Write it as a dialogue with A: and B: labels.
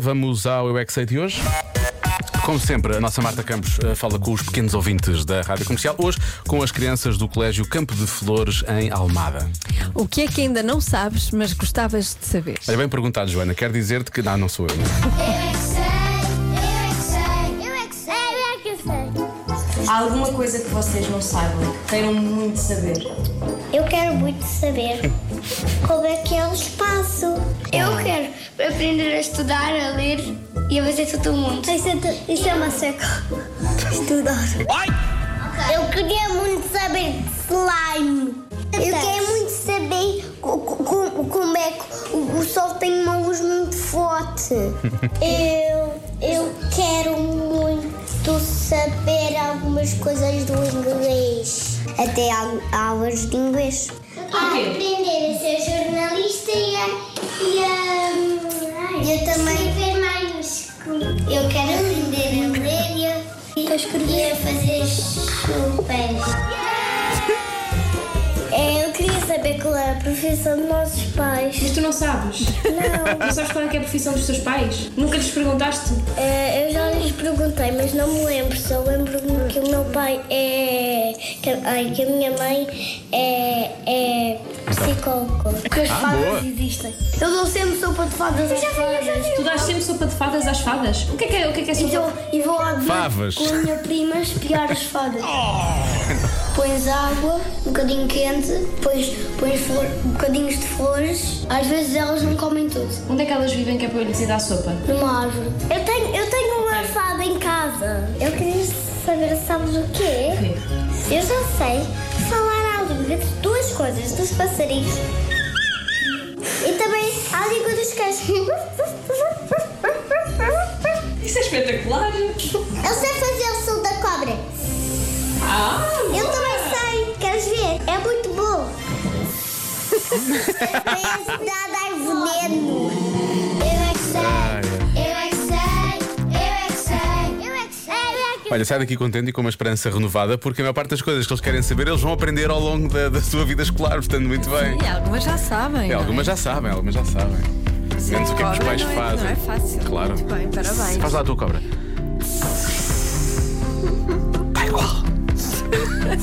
A: Vamos ao Eu é Que Sei de hoje. Como sempre, a nossa Marta Campos eh, fala com os pequenos ouvintes da Rádio Comercial, hoje com as crianças do Colégio Campo de Flores, em Almada.
B: O que é que ainda não sabes, mas gostavas de saber?
A: Olha, bem perguntado, Joana, quer dizer-te que. Não, não sou eu.
C: Eu é que sei, eu é que sei, eu é que sei, eu é que sei.
D: Há alguma coisa que vocês não saibam, que queiram muito saber?
C: Eu quero muito saber como é que é o espaço. Eu quero aprender a estudar, a ler e a fazer todo mundo. Isso é, isso é uma seca. Estudar. Eu queria muito saber de slime. Eu quero muito saber co- co- co- como é que o o sol tem uma luz muito forte. eu, eu quero muito saber algumas coisas do inglês. Até aulas de inglês. Ah. Eu quero aprender a ser jornalista e a. E eu também. Escrever maiúsculo. Eu quero aprender a ler e a- e a fazer chupas. É, eu queria saber qual era a profissão dos nossos pais.
D: Mas tu não sabes? Não. Não sabes qual é, que é a profissão dos teus pais? Nunca lhes perguntaste?
C: É, eu já lhes perguntei, mas não me lembro. Só lembro-me que o meu pai é. Que, ai, que a minha mãe é. é. psicóloga. Porque as
A: boa.
C: existem. Eu dou sempre sopa de fadas às fadas.
D: Tu dás sempre sopa de fadas às fadas? O que é que é, o que é, que é sopa?
C: e vou lá
A: Favas. com a
C: minha prima espiar as fadas. Pões água, um bocadinho quente, depois pões flor, bocadinhos de flores. Às vezes elas não comem tudo.
D: Onde é que elas vivem que é para eu lhes ir dar sopa?
C: numa árvore. Eu tenho, eu tenho uma fada em casa. Eu queria saber, sabes o quê? Eu já sei falar a língua de duas coisas, dos passarinhos e também a língua dos cães. Eu
D: Isso é espetacular!
C: sei fazer o som da cobra.
D: Ah!
C: Eu também sei, queres ver? É muito bom. Vem a cidade dar veneno. Eu é que sei, eu é que sei, eu é que sei, eu é que sei, eu é que
A: Olha, sai daqui contente e com uma esperança renovada, porque a maior parte das coisas que eles querem saber eles vão aprender ao longo da, da sua vida escolar, portanto, muito bem.
B: E algumas já sabem.
A: É,
B: não
A: algumas já sabem, algumas já sabem.
B: Sim,
A: Menos o que é que os
B: cobra
A: pais
B: não é-
A: fazem.
B: Não é fácil.
A: Claro.
B: Muito bem, parabéns.
A: Faz lá a tua cobra.